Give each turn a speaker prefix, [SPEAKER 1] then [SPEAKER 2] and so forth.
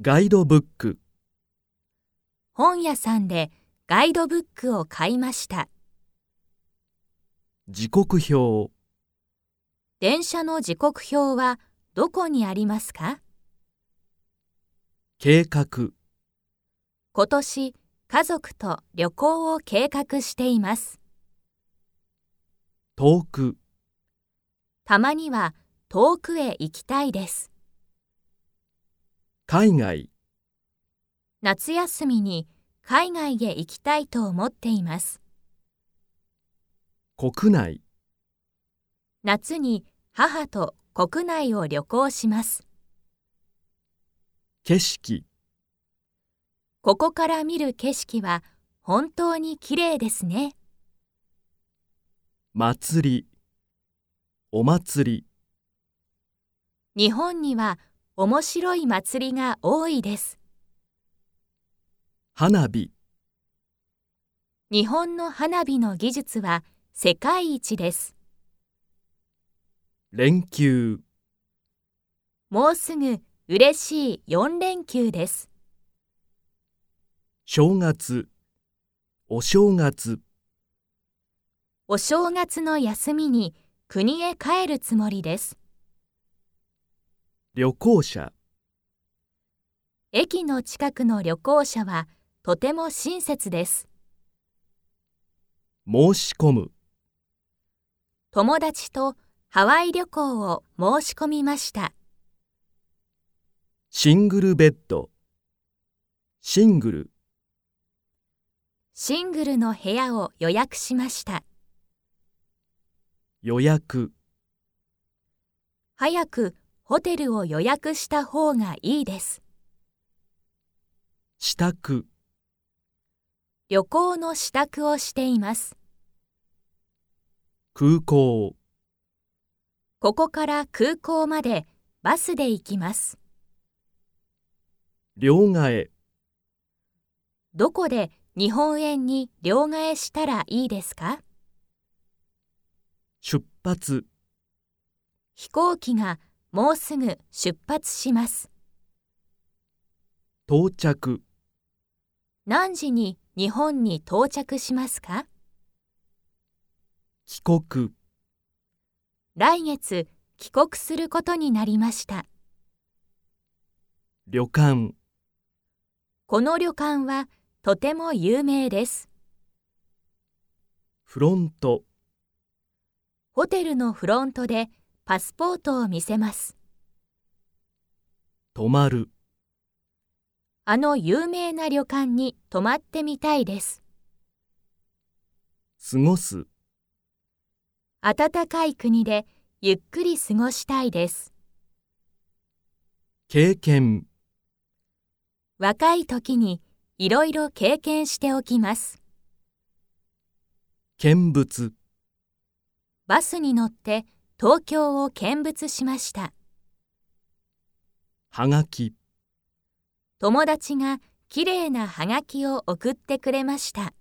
[SPEAKER 1] ガイドブック、
[SPEAKER 2] 本屋さんでガイドブックを買いました。
[SPEAKER 1] 時刻表、
[SPEAKER 2] 電車の時刻表はどこにありますか
[SPEAKER 1] 計画、
[SPEAKER 2] 今年、家族と旅行を計画しています。
[SPEAKER 1] 遠く、
[SPEAKER 2] たまには遠くへ行きたいです。
[SPEAKER 1] 海外、
[SPEAKER 2] 夏休みに海外へ行きたいと思っています。
[SPEAKER 1] 国内、
[SPEAKER 2] 夏に母と国内を旅行します。
[SPEAKER 1] 景色、
[SPEAKER 2] ここから見る景色は本当に綺麗ですね。
[SPEAKER 1] 祭り、お祭り、
[SPEAKER 2] 日本には面白い祭りが多いです。
[SPEAKER 1] 花火、
[SPEAKER 2] 日本の花火の技術は世界一です。
[SPEAKER 1] 連休、
[SPEAKER 2] もうすぐ嬉しい4連休です。
[SPEAKER 1] 正月、お正月、
[SPEAKER 2] お正月の休みに国へ帰るつもりです。
[SPEAKER 1] 旅行者、
[SPEAKER 2] 駅の近くの旅行者はとても親切です。
[SPEAKER 1] 申し込む、
[SPEAKER 2] 友達とハワイ旅行を申し込みました。
[SPEAKER 1] シングルベッド、シングル、
[SPEAKER 2] シングルの部屋を予約しました。
[SPEAKER 1] 予約、
[SPEAKER 2] 早くホテルを予約した方がいいです。
[SPEAKER 1] 支度、
[SPEAKER 2] 旅行の支度をしています。
[SPEAKER 1] 空港、
[SPEAKER 2] ここから空港までバスで行きます。
[SPEAKER 1] 両替、
[SPEAKER 2] どこで日本円に両替したらいいですか
[SPEAKER 1] 出発、
[SPEAKER 2] 飛行機がもうすぐ出発します。
[SPEAKER 1] 到着、
[SPEAKER 2] 何時に日本に到着しますか
[SPEAKER 1] 帰国、
[SPEAKER 2] 来月帰国することになりました。
[SPEAKER 1] 旅館、
[SPEAKER 2] この旅館はとても有名です。
[SPEAKER 1] フロント、
[SPEAKER 2] ホテルのフロントでパスポートを見せます。
[SPEAKER 1] 泊まる、
[SPEAKER 2] あの有名な旅館に泊まってみたいです。
[SPEAKER 1] 過ごす。
[SPEAKER 2] 暖かい国でゆっくり過ごしたいです。
[SPEAKER 1] 経験、
[SPEAKER 2] 若い時にいろいろ経験しておきます。
[SPEAKER 1] 見物、
[SPEAKER 2] バスに乗って東京を見物しました。
[SPEAKER 1] はがき、
[SPEAKER 2] 友達が綺麗なハガキを送ってくれました。